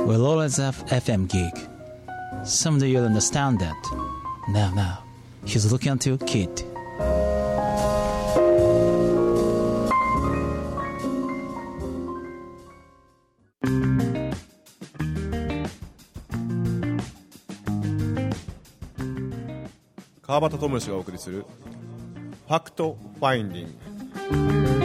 We'll always have FM geek. Someday you'll understand that. Now, now, he's looking at you, kid. 川端智之がお送りする「ファクトファインディング」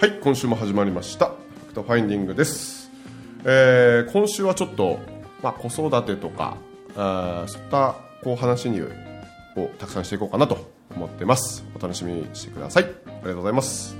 はい今週も始まりました「ファクトファインディング」です、えー今週はちょっと、まあ、子育てとかあーそういったこう話にをたくさんしていこうかなと思ってますお楽しみにしてくださいありがとうございます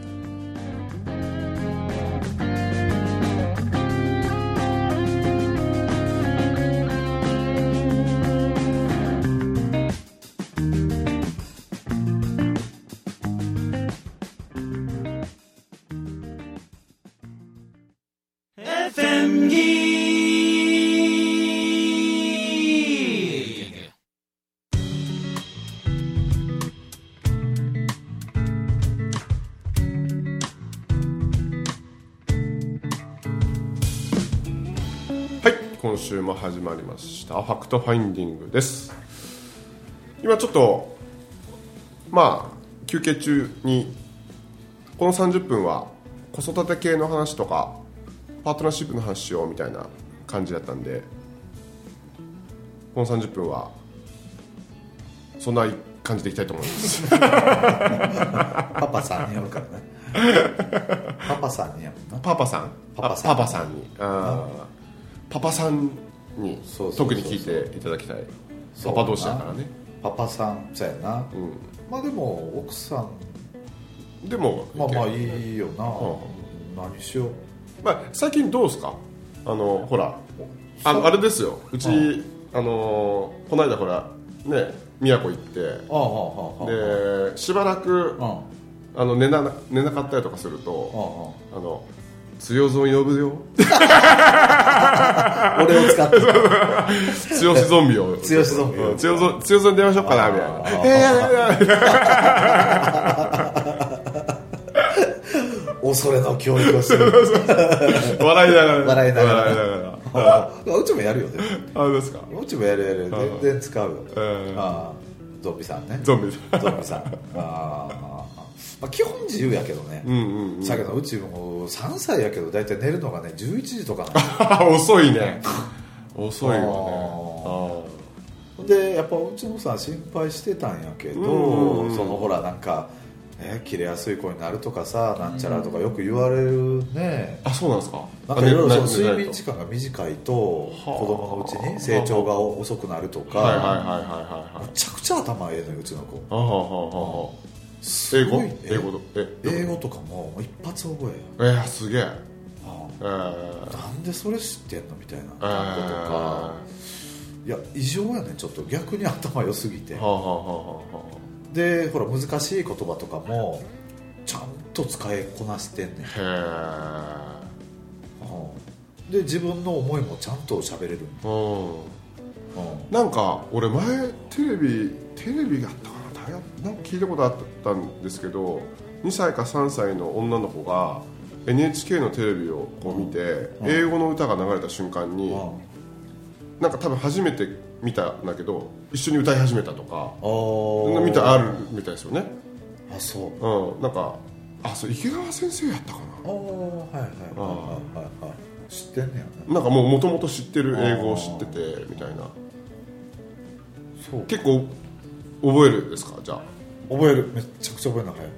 はい、今週も始まりました。ファクトファインディングです。今ちょっと、まあ、休憩中に、この30分は子育て系の話とか、パートナーシップの話しようみたいな感じだったんで、この30分は、そんな感じでいきたいと思います。 パパさんによるからねパパさんによるなパパさんパパさんあパパさんに。あーパパさんにそうそうそう特そうに聞いていただきたい。パパ同士だからね。パパさんそうやな、んまあでも奥さんでも、まあまあいけいいよな、何しようまあ、最近どうですかあのほらあのあれですようちあのこの間ほらね宮古行ってああああああでしばらくあああの寝な寝なかったりとかするあと「ああの強ゾン呼ぶよあ俺を使って強しゾンビを 強しゾンビをうん強ゾン強ゾン電話しようかな」みたいな「えーいやいやいや恐れの教育を する笑いながら笑いながら笑いながらあうちもやるよねあれですかうちもやるやる全然使うよ、うんああゾンビさんねゾンビゾンビさんああまあ、基本自由やけどね、うんうん うんさっきのうちも3歳やけど大体寝るのがね11時とかなの遅い ね遅いよねああーでやっぱうちの奥さん心配してたんやけど、うんうんうんそのほらなんか、ね、切れやすい子になるとかさなんちゃらとかよく言われるね、あそうなんですかなんかいろいろあそねなの睡眠時間が短いと子供のうちに成長が遅くなるとか、はいはいはいはいはいはいめちゃくちゃ頭ええのようちの子あははははす英ご語いね英語とえ英語とかも一発覚えやえー、すげえあえー、なんでそれ知ってんのみたいなえー、単語とか、いや異常やねちょっと逆に頭良すぎてはあ、はあはあはでほら難しい言葉とかもちゃんと使いこなしてんねんあはあうんで自分の思いもちゃんと喋れる、へえうんうんなんか俺前テレビテレビがあったかな大学なんか聞いたことあったんですけど2歳か3歳の女の子が NHK のテレビをこう見て、ん英語の歌が流れた瞬間に、あなんか多分初めて見たんだけど一緒に歌い始めたとかそんなあ見たあるみたいですよねあそううんなんかあそう池川先生やったかああはいはいはいはいはいはい知ってんねやねななんかもうもともと知ってる英語を知っててみたいなそう結構覚えるんですかじゃ覚えるめっちゃくちゃ覚えなきゃあへえ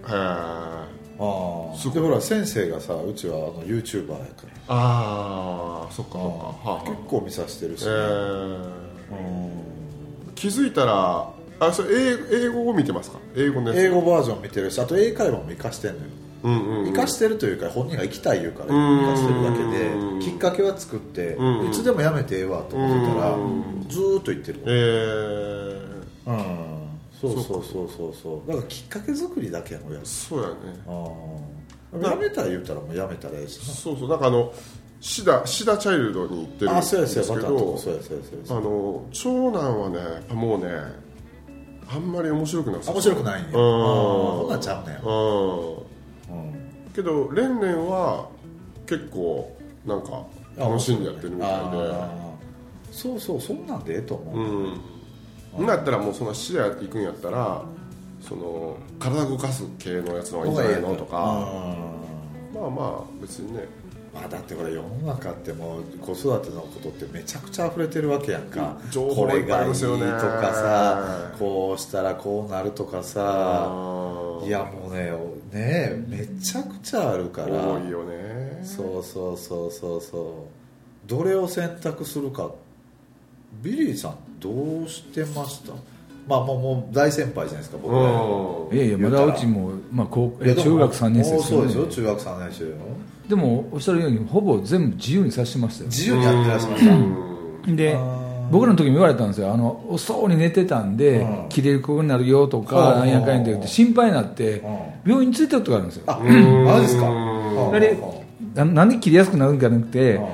あすごあいでほら先生がさうちはあの YouTuber やからああそっかそっかはあはあ結構見さしてるし、えーうん気づいたらあそれ英英語を見てますか英語のやつ英語バージョン見てるしあと英会話も活かしてんのようんうん生かしてるというか本人が生きたい言うからうん生かしてるだけできっかけは作ってうんいつでもやめてええわと思ってたらうんずーっと言ってるえー、うんそうそうそうそうそうだからきっかけ作りだけやもんやつそうやねうんやめたら言うたらもうやめたらええしそうそうなんかあのシダシダチャイルドに行ってるなんあでそうやすそうやけバターとどかそうやそうやそうやあの長男はねやっぱもうねあんまり面白くなさあそう面白くないんやあうあんそんなんちゃうねんうんうんけどレンレンは結構なんか楽しんでやってるみたいであーそうそうそんなんでええと思う、うんだったらもうそんな視野行くんやったらその体動かす系のやつの方がいいんじゃないのとかうまあまあ別にねんまあ、だってこれ世の中ってもう子育てのことってめちゃくちゃ溢れてるわけやんか、情報これいっぱいあがりいいますよとねかさこうしたらこうなるとかさあーいやもうねねめちゃくちゃあるから多いよねそうそうそうそうそうどれを選択するかビリーさんどうしてましたまあもうもう大先輩じゃないですか僕うんいやいやまだうちも、まあ、高え中学3年生でですすそようでねしょ中学3年生よでもおっしゃるようにほぼ全部自由にさせてましたよ自由にやってらっしゃいましたうんであー僕らの時も言われたんですよあの遅そうに寝てたんでうん切れる子になるよとうんかなんやかんや言って心配になってう病院に連れてったことがあるんですよあんマジですうかんあれななんで切りやすくなるんじゃなくてうん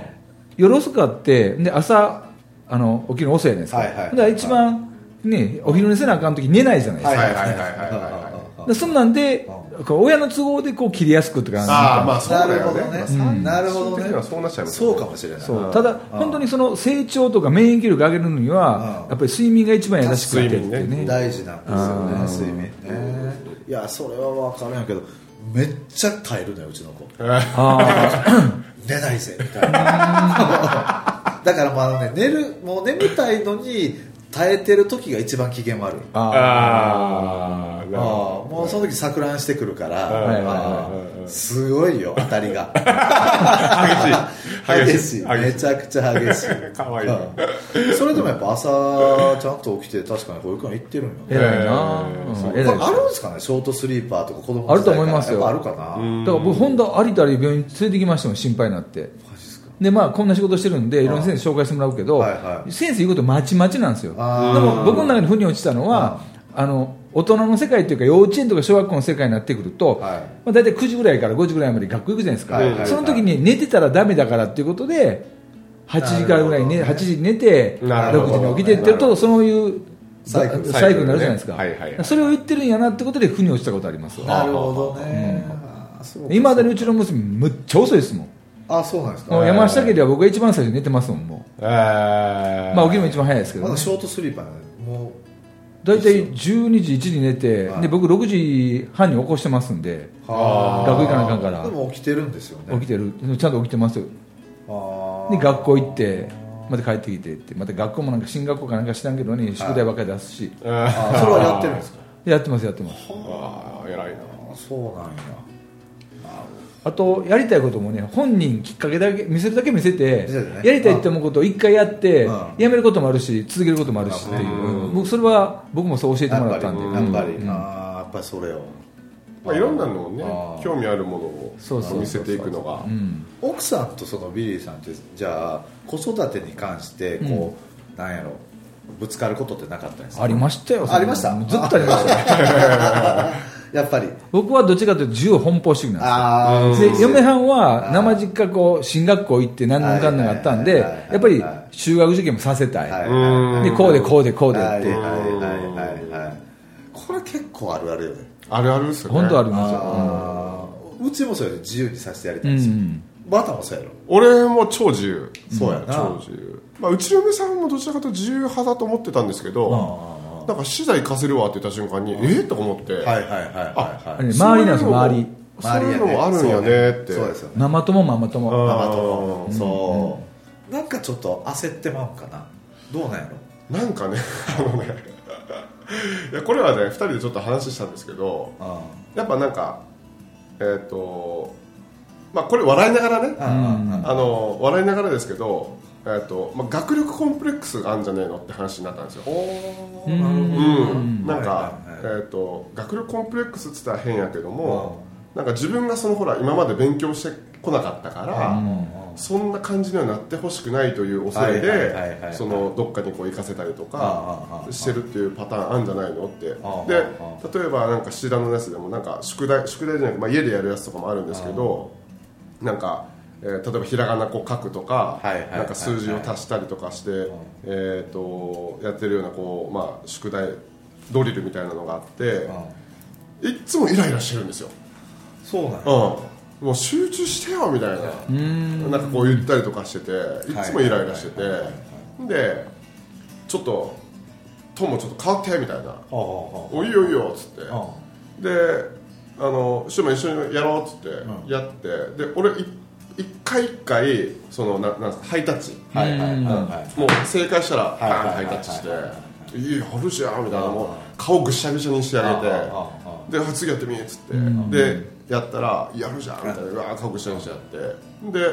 夜遅かってで朝あの起きるの遅いじゃないですか,、はいはいはいだから一番、ね、お昼寝せなあかん時寝ないじゃないですか,、はいはいははいいははいいははいいはいはだからそんなんで、こう親の都合でこう切りやすくって感じああまあそうだよねなるほどねまあうんなるほど最ね終的にはそうなっちゃいますよそねうかもしれないそうただ本当にその成長とか免疫力上げるのにはうんやっぱり睡眠が一番優しくてっていう睡ね眠大事なんですよね睡眠ねいやそれは分からんやけどめっちゃ耐えるねうちの子 あ寝ない ぜみたいなだからもうあのね寝るもう眠たいのに耐えてる時が一番機嫌悪いあああーなるほどあもうその時錯乱してくるから、はいはいあはいはいあすごいよ当たりが激しい激しいめちゃくちゃ激しいかわいいうんそれでもやっぱ朝ちゃんと起きて確かに保育園行ってるんよね偉いな、えーうんそう偉いこれですあるんですかねショートスリーパーとか子供の時代からあると思いますよやっぱあるかな、うんだから僕本当ありとあらゆる病院に連れてきましたもん心配になってマジですかでまあこんな仕事してるんでいろんな先生紹介してもらうけど、はいはい先生言うことまちまちなんですよであーも僕の中に腑に落ちたのはあの大人の世界というか幼稚園とか小学校の世界になってくると、はいまあ、大体9時ぐらいから5時ぐらいまで学校行くじゃないですか、はいはいはいその時に寝てたらダメだからっていうことで8時からぐらいに、ね、なるほどね8時に寝てなるほ6時どに起きてってるなるほどとそういうサイクルサイクルになるじゃないですか、はいはいはいそれを言ってるんやなってことで腑に落ちたことありますなるほどね、あそうかいまだにうちの娘むっちゃ遅いですもんあそうなんですかもう山下家では僕が一番最初に寝てますもんもえーうまあ起きるの一番早いですけど、まねだ、ショートスリーパーなんでも大体12時1時に寝て、はいで僕6時半に起こしてますんでうは学校行かなあかんからでも起きてるんですよね起きてるちゃんと起きてますよあで学校行ってまた帰ってきてってまた学校もなんか進学校かなんか知らんけどね宿題ばっかり出すし、あーそれはやってるんですかやってますやってますああ偉いなあそうなんやあとやりたいこともね本人きっかけだけ見せるだけ見せて見せてねやりたいって思うことを一回やってうんやめることもあるし続けることもあるしっていううん僕それは僕もそう教えてもらったんでやっぱり、うんああやっぱりそれをまあいろんなのをねあー興味あるものをそうそうそうそう見せていくのがうん奥さんとそのビリーさんってじゃあ子育てに関してこう、なんやろぶつかることってなかったんですかありましたよありましたもうずっとありましたよ やっぱり僕はどっちかというと自由奔放主義なんああですよで嫁はんはあー生実家こう進学校行って何年かんなんかあったんはでいはいはいはいやっぱり中学受験もさせたい、はいうんでこうでこうでこうではっいて、はいはいはいはいこれ結構あるあるよねあるあるっすよね本当ありますよ、あーうちもそうやで自由にさせてやりたういんですよ、ん、バタもそうやろ俺も超自由そうやな超自由まあうちの嫁さんもどちらかというと自由派だと思ってたんですけどなんか資材貸せるわって言った瞬間にえっと思ってはいはいはいはいはい周りなんですよそう周いうのりもそういうのもあるんやねってそうですよねママ友ママ友うんママ友そうなんかちょっと焦ってまうんかなどうなんやろなんかね あのねいやこれはね2人でちょっと話したんですけどあやっぱなんかえっ、とまあこれ笑いながらねあああの笑いながらですけど、えーとまあ、学力コンプレックスがあるんじゃねえのって話になったんですよおおうんなるほうどん、なんか、はいはえいー、と学力コンプレックスって言ったら変やけども、なんか自分がそのほら今まで勉強してこなかったから、そんな感じにはなってほしくないという恐れはいはいはいはでいそのどっかにこう行かせたりとあかああしてるっていうパターンあるんじゃないのってああで例えばなんかシダのやつでもなんか宿題宿題じゃなく、まあ、家でやるやつとかもあるんですけどなんか、えー例えばひらがなこう書くとかはいはいはいはいなんか数字を足したりとかして、えー、とやってるようなこう、まあ、宿題ドリルみたいなのがあってうんいっつもイライラしてるんですよ、そうなんやうん、もう集中してよみたいななんかこう言ったりとかしてていっつもイライラしててはいはいはいはでちょっとトーンもちょっと変わってみたいなあ「おいいよいいよ」っつってあああであのシュウマイ一緒にやろうっつってうんやって、で俺い一回一回そのななんすかハイタッチ、あはいはいはいはいもう正解したらいバーンはハいイタッチして「いいやるじゃん」みたいなああもう顔ぐしゃぐしゃにしてあげてああああであ次やってみっつって、でやったら「やるじゃん」みたいなうわー顔ぐしゃぐしゃやってで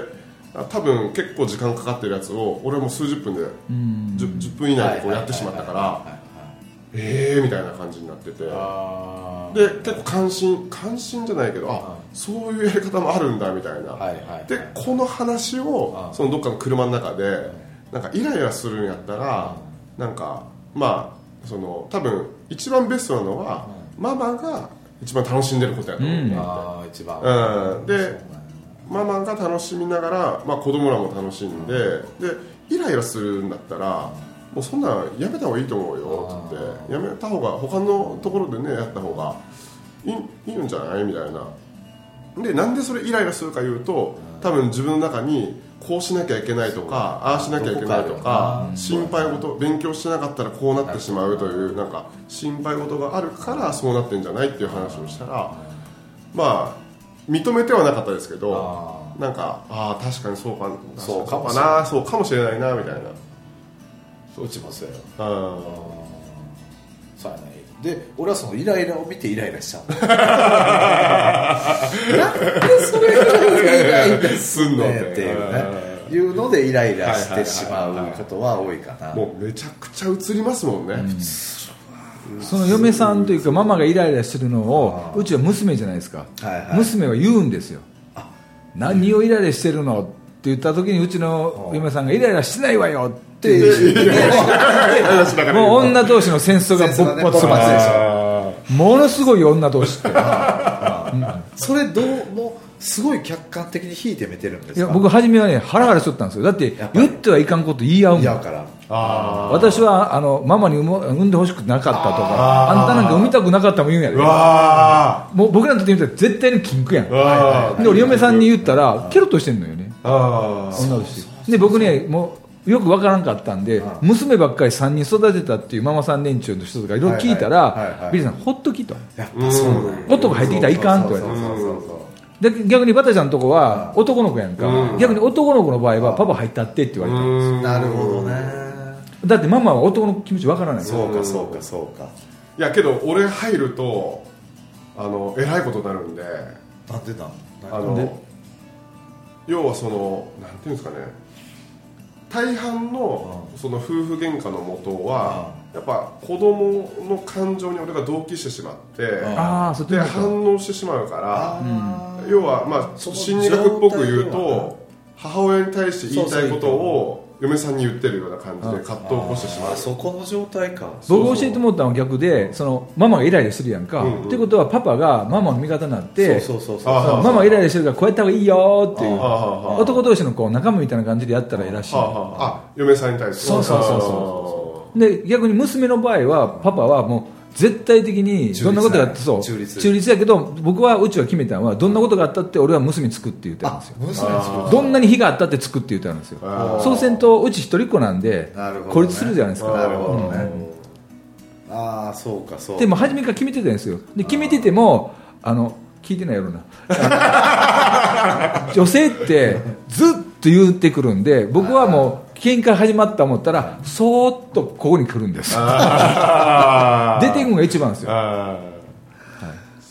あ多分結構時間かかってるやつを俺も数十分で 10, 10分以内でこうやってしまったから「ええー」みたいな感じになってて。あーで結構関心関心じゃないけどあそういうやり方もあるんだみたいな、はいはいはいでこの話をうんそのどっかの車の中でなんかイライラするんやったらなんかまあその多分一番ベストなのはママが一番楽しんでることやと思うんだよあー一番うんでママが楽しみながら、まあ、子供らも楽しんででイライラするんだったらもうそんなんやめた方がいいと思うよって言ってやめた方が他のところでねやった方がいいいいんじゃないみたいなでなんでそれイライラするかいうと多分自分の中にこうしなきゃいけないとかああしなきゃいけないとどこかか心配事勉強してなかったらこうなってしまうというなんか心配事があるからそうなってんじゃないっていう話をしたらまあ認めてはなかったですけどあなんかああ確かにそうか確かにそうかもかしれななそうかもしれないなみたいなーうちもそうやようんそうやねで俺はそのイライラを見てイライラしちゃうなんでそれがイライラすんのっていうねいうのでイライラしてしまうことは多いかなもうめちゃくちゃ映りますもんね、普通その嫁さんというかママがイライラしてるのをうちは娘じゃないですか、はいはい娘は言うんですよ何をイライラしてるのって言った時にうちの嫁さんがイライラしてないわよって もう女同士の戦争が戦争がね勃発する勃発ものすごい女同士ってそれどうもすごい客観的に引いて見てるんですいかや僕初めはねハラハラしとったんですよだってやっぱり言ってはいかんこと言い合うもん嫌からあ私はあのママに産も産んでほしくなかったとかあんたなんか産みたくなかったも言うんやであわもう僕らにとってみたら絶対に禁句やんーわで俺嫁さんに言ったらケロッとしてんのよねーあー女の子で僕ねもうよくわからんかったんで娘ばっかり3人育てたっていうママさん連中の人とかいろいろ聞いたはいはいはいはらいビリーさんほっときとやっぱそうなんや男入ってきたらいかんとそうやそうそうそうで逆にバタちゃんのとこは男の子やんか逆に男の子の場合はパパ入ったってって言われたんでそうなるほどねすだってママは男の気持ちわからないからそうかそうかそうかいやけど俺入るとあのえらいことになるんでなんでなあのの要はそのなんていうんですかね大半のその夫婦喧嘩の元はやっぱ子供の感情に俺が同期してしまってああそっちでの方か反応してしまうからあー要はまあちょっと心理学っぽく言うと母親に対して言いたいことを嫁さんに言ってるような感じで葛藤を起こしてしまあうーそこの状態か僕が教えてもらったのは逆でそのママがイライラするやんか、うんうんってことはパパがママの味方になってそうそうそうあーそはうあママイライラしてるからこうやった方がいいよーっていうあーはあはあ男同士のこう仲間みたいな感じでやったらいいらしいはあはああ嫁さんに対してそうそうそうそうで逆に娘の場合はパパはもう絶対的にどんなことがあってそう中立やけど僕はうちは決めたのはどんなことがあったって俺は娘につくって言ってるんあですよ娘作どんなに火があったってつくって言ってるんですよあそうせんとうち一人っ子なんでなるほどね孤立するじゃないですかなるほどねああそうかそうかでも初めから決めてたんですよで決めててもあの聞いてないやろな女性ってずっと言ってくるんで僕はもう喧嘩始まった思ったらそーっとここに来るんですあ出ていくのが一番ですよあ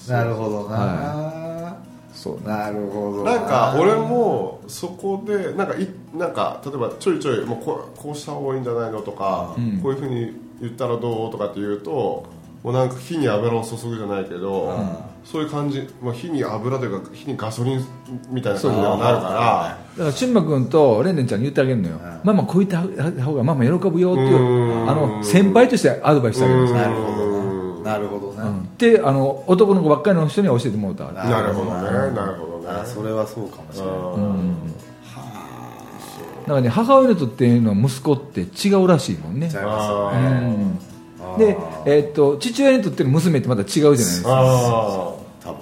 なるほどな、そうなるほどなんか俺もそこでなんかいなんか例えばちょいちょいもうこうこうした方がいいんじゃないのとか、こういうふうに言ったらどうとかって言うともうなんか火に油を注ぐじゃないけど、そういう感じ、まあ、火に油というか火にガソリンみたいな感じにはなるかだから俊馬君とレンレンちゃんに言ってあげるのよ、ママこう言った方がママ喜ぶよっていううんあの先輩としてアドバイスしてあげるんですなるほどななるほどね、であの男の子ばっかりの人には教えてもらったわけらなるほどねなるほどねあそれはそうかもしれないうんだからね母親にとっての息子って違うらしいもんねちゃいあますよーねあで、えっと父親にとっての娘ってまた違うじゃないですかあ多分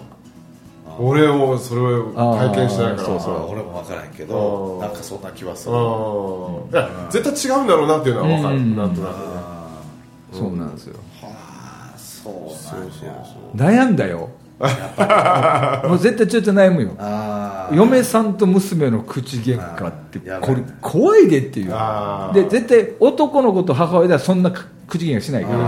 あ俺もそれを体験してないからそうまあ俺も分からんけどあーなんかそんな気はするうんいや絶対違うんだろうなっていうのは分かる、うんなんとなくねそうなんですよあーそうそなうんそうやそう悩んだ よもう絶対ちょっと悩むよあー嫁さんと娘の口喧嘩ってあーこやばれいね怖いでっていうあーで絶対男の子と母親ではそんな口喧嘩しないから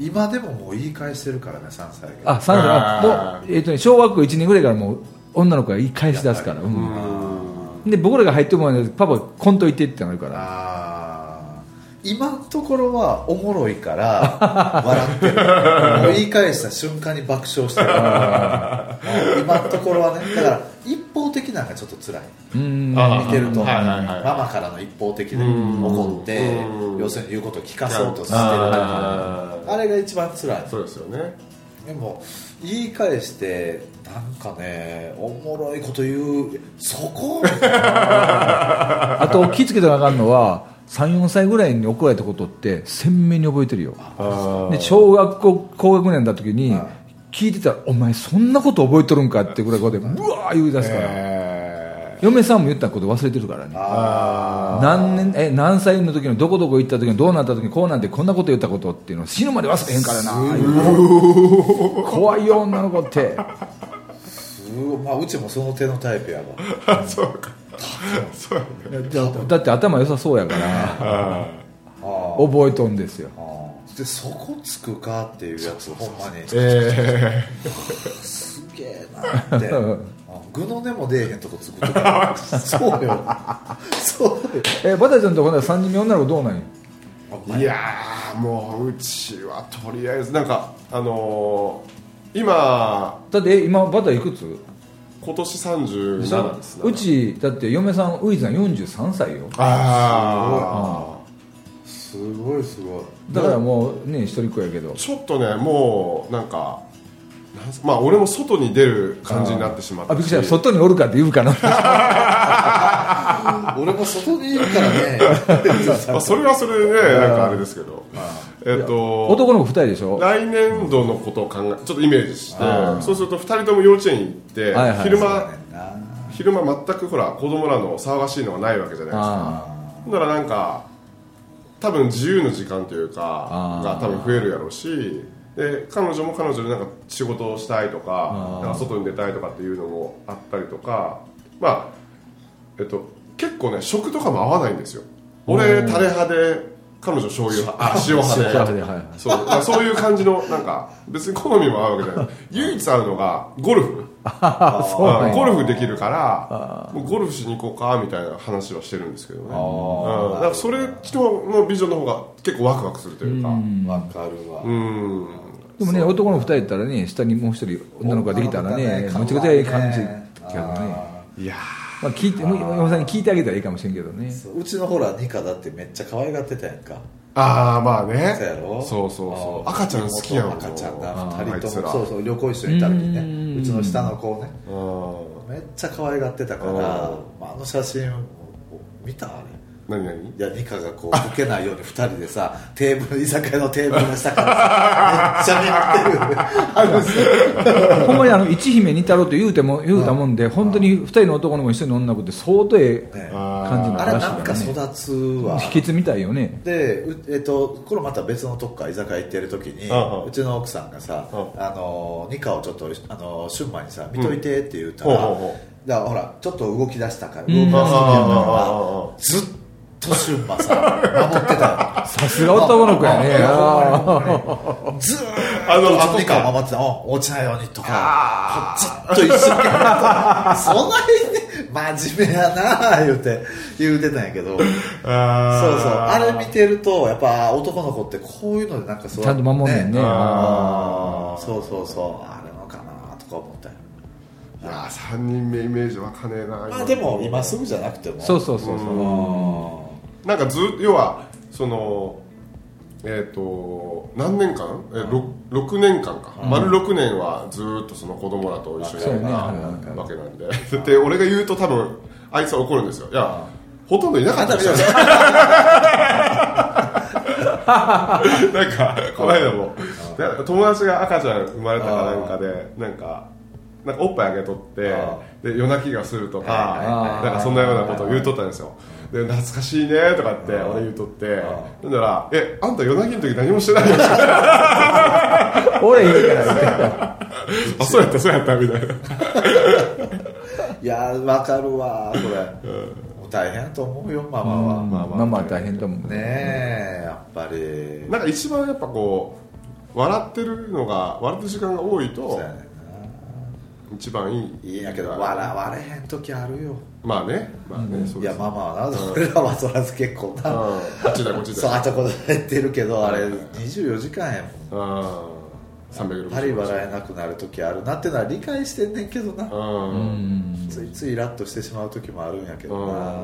今でももう言い返してるからね3歳があ3歳ああーもう、えっとね、小学校1年ぐらいからもう女の子が言い返し出すから、うんで僕らが入ってもらうのでパパコントいてってなるからあー今のところはおもろいから笑ってるもう言い返した瞬間に爆笑してるうん今のところはねだから一方的なのがちょっと辛いうんあー見てると、はいはいはいママからの一方的でん怒ってうん要するに言うことを聞かそそううととししててるるああれが一番辛いそうですよねでも言い返してなんかねおもろいこと言うそこ あと気ぃつけたらあかんのは34歳ぐらいに怒られたことって鮮明に覚えてるよあで小学校高学年だった時にはい聞いてたら「お前そんなこと覚えとるんか」ってぐらいこうでうわー言い出すから、え嫁さんも言ったこと忘れてるからねあ何年え何歳の時のどこどこ行った時のどうなった時にこうなんてこんなこと言ったことっていうのを死ぬまで忘れへんからな怖いよ女の子ってうまあ、うちもその手のタイプやわ ーそうかそうやねだって頭良さそうやからああー覚えとんですよあーでそこつくかっていうやつほんまにーえすげえなって あ具の根も出えへんとこつくと かそうよそうよえバタちゃんとこの3人目女の子どうなんよーいやーもううちはとりあえずなんかあのー今だってえ今バタいくつ今年37ですねうちだって嫁さんウイさん43歳よああすごいすごいだからもうね一人っ子やけどちょっとねもうなんかなんすまあ俺も外に出る感じになってしまったあびっくりした外におるかって言うかな俺も外にいるからねまあ、それはそれでねなんかあれですけどえっと男の子2人でしょ来年度のことを考えちょっとイメージしてそうすると2人とも幼稚園行って、はいはい昼そうや間ねんな昼間全くほら子供らの騒がしいのがないわけじゃないですかあだからなんか多分自由の時間というかあーが多分増えるやろうしで彼女も彼女でなんか仕事をしたいとかあーなんか外に出たいとかっていうのもあったりとかまあえっと結構ね食とかも合わないんですよ俺タレ派で彼女醤油派あ塩あ派で幸せではいはいそうだからそういう感じのなんか別に好みも合うわけじゃない唯一あるのがゴルフあそうなんうんやゴルフできるからもうゴルフしに行こうかみたいな話はしてるんですけどね、うん、だからそれののビジョンの方が結構ワクワクするというかうんわかるわ、でもね男の2人やったらね下にもう一人女の子ができたらね女の子がねむちゃくちゃいい感じ可愛いねけどねいやまあ聞いてもう山さんに聞いてあげたらいいかもしれんけどねそううちのほらニカだってめっちゃ可愛がってたやんかーああまあねそうやろそうそうそうあー赤ちゃん好きやん妹赤ちゃんだあー2人ともあいつらそうそう旅行一緒に行った時うにねうちの下の子をねうんめっちゃ可愛がってたからうんまあ、あの写真を見たあれ何何いやニカがこうボけないように2人でさテーブル居酒屋のテーブルの下からさめっちゃ見ってるあ のほんまにあの一姫二太郎と言うても言うたもんで本当に2人の男の子一人の女の子って相当ええね感じにあなれるらしいなんかよね育つわ秘訣みたいよねでうえっとこれまた別のとこから居酒屋行ってる時にうんうんうちの奥さんがさうんあのニカをちょっとあの春馬にさ見といてって言うたらうんほうほうほだからほらちょっと動き出したから動きん出す時だあからずっと春馬さ守っ てたさすが男の子やねあーよずーっあのとうちあそのっニカかを守ってたお落ちないようにとかずっと一生懸命やってたそないに真面目やなあ言うて言うてたんやけどあそうそうあーれ見てるとやっぱ男の子ってこういうのでなんかそうちゃんと守んねんねあーそうそうそうあれのかなとか思ったよいや3人目イメージわかねえなまあでも今すぐじゃなくてもそうそうそうそうなんかず要はそのえっ、と何年間、え 6, 六年間か、丸6年はずーっとその子供らと一緒にいそうねたはいはいわけなんで、で俺が言うと多分あいつは怒るんですよいやほとんどいなかったですよ なんかこの間もなんか友達が赤ちゃん生まれたかなんかでなんかなんかおっぱいあげとってであ夜泣きがするとはいはいはかいなんかそんなようなことを言うとったんですよで懐かしいねとかって俺言うとってほんだら「えあんた夜泣きの時何もしてないの?」 俺言うからねあそうやったそうやった」みたいないやーわかるわーこれ、もう大変だと思うよママは、まあまあまあ大変だもんねねえやっぱりなんか一番やっぱこう笑ってるのが笑ってる時間が多いそうとやね一番いいいやけど笑われへん時あるよまあねまあねそういでやすママはな俺らはそらず結構うんな、こっちだこっちそうだあそこで言ってるけどあれ24時間やもんああやっ360ぱり笑えなくなる時あるなってのは理解してんねんけどなうんついついイラッとしてしまう時もあるんやけどな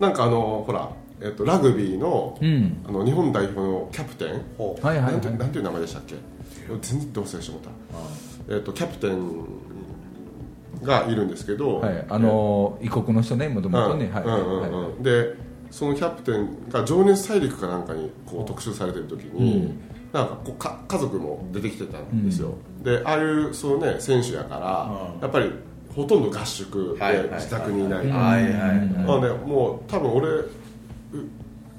なんかあのほらえっとラグビーのうんあの日本代表のキャプテンほうはいはないはんていなんていう名前でしたっけ全然どうせしてもたえっとキャプテンがいるんですけどはい、あのー異国の人ね、もともとね、うんはい、うんうんうんはいでそのキャプテンが「情熱大陸」かなんかにこう特集されてる時に、なんかこうか家族も出てきてたんですよ、でああいうその、ね、選手やから、やっぱりほとんど合宿はいはでいはい自宅にいない、はいはいはいなのでもう多分俺う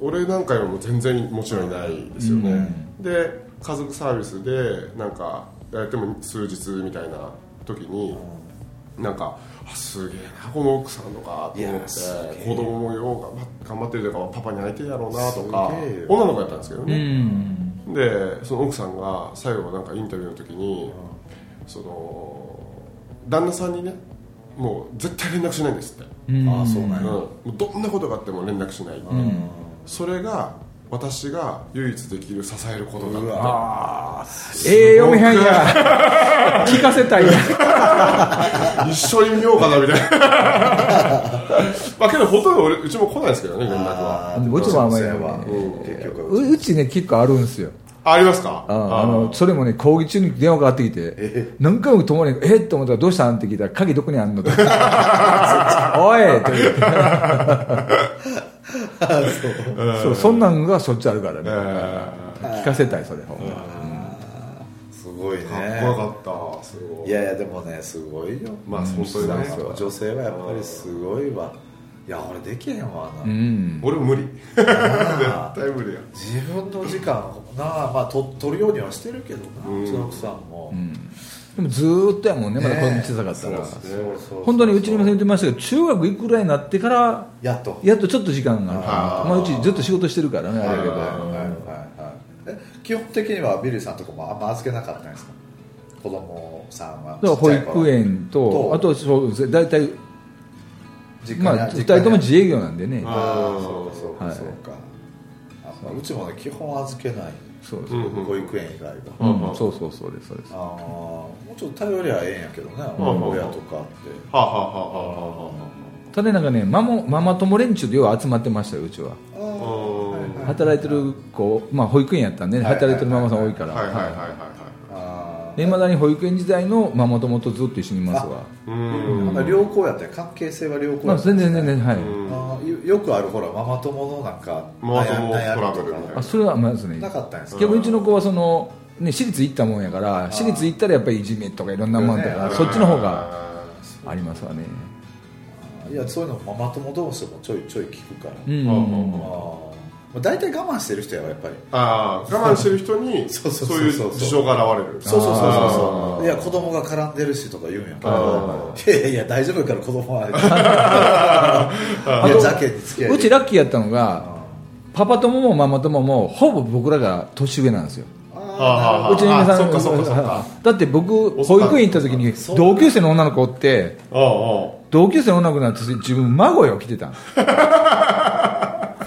俺なんかよりも全然もちろんいないですよね、で家族サービスでなんかやっても数日みたいな時に、なんかあすげえなこの奥さんとかとい思っやすて子供もよう頑張っ頑張ってるというかパパに会いてえやろうなとかすげえよ女の子やったんですけどうね、んでその奥さんが最後なんかインタビューの時に、その旦那さんにねもう絶対連絡しないんですってうんああそうなんうんや、もうどんなことがあっても連絡しない、それが私が唯一できる支えることだっうてわええ読めへんや聞かせたいや一緒に見ようかなみたいなまあけどほとんど俺うちも来ないですけどね連絡はーもちろんあんまりやねそうやわ結局ううちね結構あるんですよあありますかああのそれもね講義中に電話がかかってきて何回も友達に「えっ?」と思ったら「どうしたん?」って聞いたら「鍵どこにあ んの?」って「おい!」って言って そうそんなんがそっちあるからね聞かせたいそれほんますごいねかっこよかったすごいいやいやでもねすごいよまあ本当にね女性はやっぱりすごいわいや俺できへんわな、うん俺無理絶対無理や自分の時間をなあまあと取るようにはしてるけどな、うちの奥さんも、でもずーっとやもんねまだねこえんな小さかったらそうですねそうそう本当にうちにも言ってましたけど中学行くぐらいになってからやっとやっとちょっと時間がああるーまあうちずっと仕事してるからねあはいはれやいけどはいはいはいえ基本的にはビリーさんとかもあんま預けなかったんですか子供さんはだから保育園ととあとそうぜ大体ちっちゃい頃実家まにあ2人実家ともに自営業なんでねああそうかそうはかいそうか、あまあうちもね基本預けないそううそうんうん保育園以外は、ううんんそうそうそうですそうですああもうちょっと頼りゃええんやけどね、ん親とかって、はあはあはあはあはただねなんかねママママ友連中でよう集まってましたようちはあああうん働いてる子まあ保育園やったんでねはいはい働いてるママさん多いかはいはいはいらはいあいまだに保育園時代のママ友とずっと一緒にいますわはいうあんまだ良好やったね関係性は良好まやあったね全然全然はいあーよよくあるほらママ友のなんかママ友悩みとトラかブルみたいあそれはまずねなかったんですか逆にうちの子はその、ね、私立行ったもんやから私立行ったらやっぱりいじめとかいろんなもんとよかねそっちの方がありますわねいやそういうのママ友同士もちょいちょい聞くから、うあん、あもう大体我慢してる人やわやっぱりああ我慢してる人にそそううそうそうそういう事情が現れるそうそうそうそうそあーういや子供が絡んでるしとか言うんやけあどいやいやいや大丈夫やから子供はいやとジャケに付き合いうちラッキーやったのがパパ友もママ友もほぼ僕らが年上なんですよあーうちの嫁さんあそっかそっかそっかだって僕そっ保か育園行った時にそう同級生の女の子おってああ同級生の女の子なんて自分孫よ来 てたん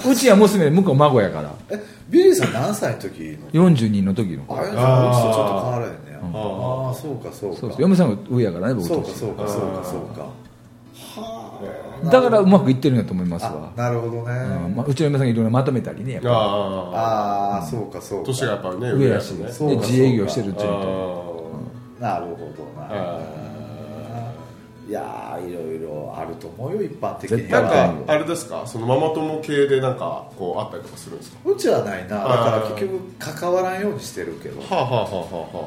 うちは娘で向こう孫やからえビリーさん何歳の時の42の時のあ子あいうのあーうちとちょっと変わらへんねんああそうかそうかそうです嫁さんが上やからね僕そうとかそうかそうかそうかだからうまくいってるんだと思いますあわなるほどねうんまあ、うちの嫁さんがいろいろまとめたりねやっあぱあああああそうかそうか年がやっぱりね上やしねでそうか自営業してるうちあにーなるほどなあいいやーいろいろあると思うよ一般的絶に対なはんあるかあれですかそのママ友系でなんかこうあったりとかするんですかうちはないなだあかーら結局関わらんようにしてるけどはあはあはあはあは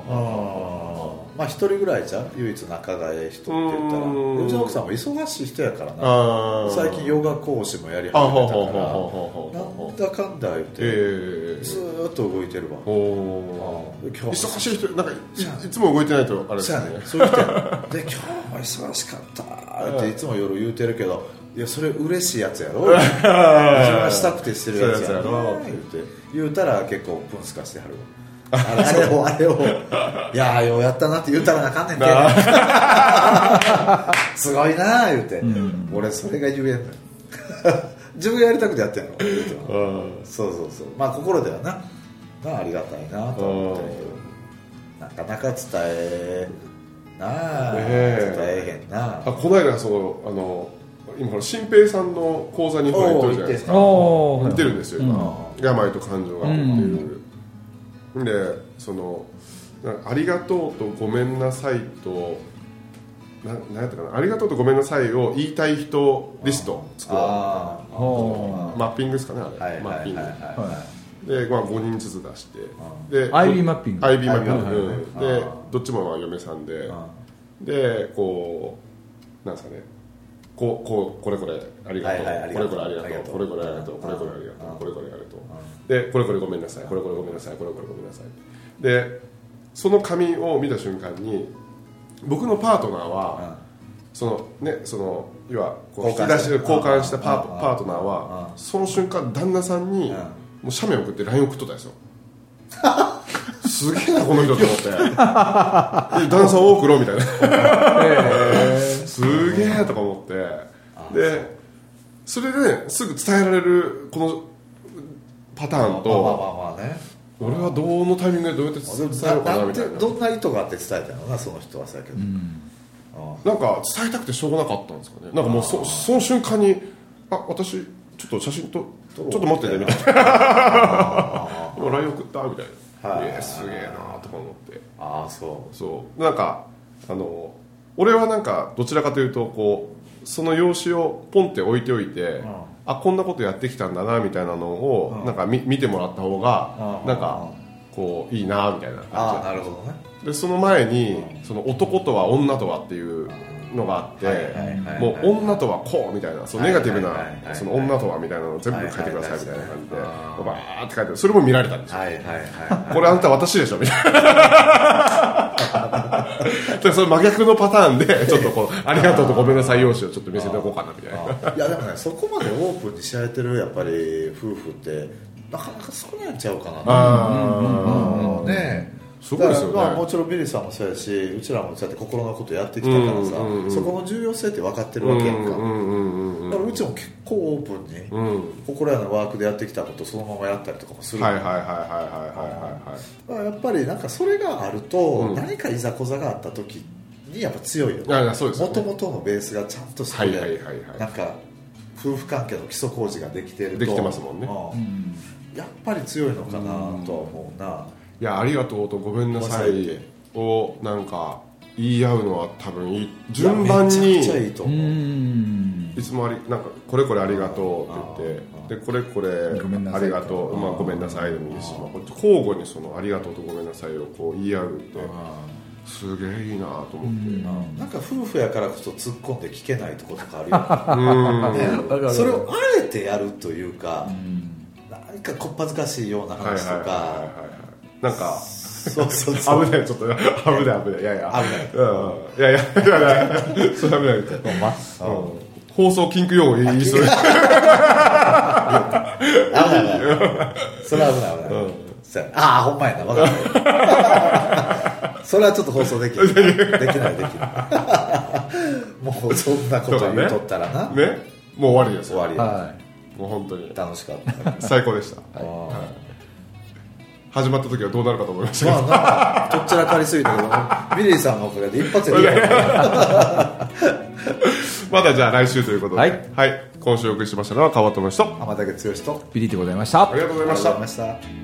あうんまあ一人ぐらいじゃん唯一仲がええ人って言ったらうーんでうちの奥さんも忙しい人やからなあー最近ヨガ講師もやり始めたあかはあはあはあはあらなはんあだかんだ言ってええずーっと動いてるわおおうんで今忙いしい人なんかいいつも動いてないとあれですそうねやねそういう人やねで今日も忙しかったっていつも夜言うてるけどいやそれ嬉しいやつや ろ自分がしたくてしてるやつやそうやろつやろ言うて言うたら結構プンスカしてはるわあれをあれをいやーようやったなって言うたらなあかんねんて すごいなあ言うて、俺それが言えんのよ 自分がやりたくてやってんの言うてもうんそうそうそうまあ心ではななあありがたいなと思ってるけどなかなか伝えなあ、ええ伝えへんなあこの間そのあの今この新平さんの講座にほら行ってるじゃないですかおー似てるんですよ、今病と感情がっていう、でそのなんかありがとうとごめんなさいとななんやったかなありがとうとごめんなさいを言いたい人リスト作ろああおうマッピングですかねあはれ、いマはいッはピいング、ーははで、まあ、5人ずつ出してで IB マッピ IB ングマッピング、はいはいはいうんでどっちもまあ嫁さんでいでこうなんですかねこうこうこれこれありがとう、はいはいありがとうこれこれありがとうこあれりこれありがとうこれこれありがとううんこれこれありがとうでこれこれごめんなさいこれこれごめんなさいこれこれごめんなさいでその紙を見た瞬間に僕のパートナーは、そのねその要はこう引き交換出しした交換したパートうんパートナーはその瞬間旦那さんにうんもう写メ送って LINE 送っとったんですよ すげえなこの人と 思ってで旦那さん多くろみたいなすげえとか思ってでそれですぐ伝えられるこのパターンまあまあとまあまあね俺はどのタイミングでどうやって伝えなようかななんみたていなどんな意図があって伝えたのかなその人はさやけど、あなんか伝えたくてしょうがなかったんですかねなんかもうそその瞬間にあ私ちょっと写真とちょっと待っててみたい な今 LINE 送ったみたいな、はいえーすげえなとか思ってああそそうなんかあの俺はなんかどちらかというとこうその用紙をポンって置いておいて、あこんなことやってきたんだなみたいなのを、なんか見見てもらった方が、うんなんか、こういいなみたいなうあ感あなるほどねじでその前に、その男とは女とはっていうのがあって、はいはいはいはいもう女とはこうみたいなそのネガティブはいはいはいはないその女とはみたいなのを全部書いてくださいみたいな感じで、はいはいはいバーって書いてそれも見られたんですよはいはいはこれあんた私でしょみたいなだからその真逆のパターンでちょっとこうありがとうとごめんなさい用紙をちょっと見せておこうかなみたいないいやでもねそこまでオープンにしられてるやっぱり夫婦ってなかなか少ないんちゃうかなとあうんねすごいですよねだからまあもちろんビリーさんもそうやしうちらもそうやって心のことやってきたからさ、うんうんうんそこの重要性って分かってーるうわんけやんか、うんうんうんだからうちも結構オープンに、うんここらのワークでやってきたことをそのままやったりとかもする、はいはいはいはいはいはいはいまあやっぱりなんかそれがあると、ん何かいざこざがあった時にやっぱ強いよいやいやそうですよもねともとのベースがちゃんとして、はいはいはいはいなんか夫婦関係の基礎工事ができてるとできてますもんねうんやっぱり強いのかなとは思うな、いやありがとうとごめんなさいをなんか言い合うのは多分いい順番いやにめちゃくちゃいいと思う、いうんいつもありなんかこれこれありがとうって言ってでこれこれごめんなさあいりがとうまあごめんなさいでもいいしまあこうやって交互にそのありがとうとごめんなさいをこう言い合うってすげえいいなと思ってなんか夫婦やからこそ突っ込んで聞けないとことかあるよわかるね、それをあえてやるというか、何かこっぱずかしいようなはいはい話はいとはいか、はいなんかそうそうそう危ないちょっと危ない危ないいやいや危ないうんいやいやいやいやそれ危ないですほんまうん放送禁句用語言いそう危ない危ないそれは危ない危ない、そうやああほんまやな分かん ないそれはちょっと放送できないできないできないもうそんな こと言うとったらな、ねもう終わりです終わりやはもう本当に楽しかったから最高でしたあー始まった時はどうなるかと思いましたけどまあなどっちらかりすぎたけどビリーさんのおかげで一発でいいよまだじゃあ来週ということで、ははいい、今週お送りしましたのは川友氏と浜竹剛といピリッでございましたありがとうございありがとうまごしたざい。ました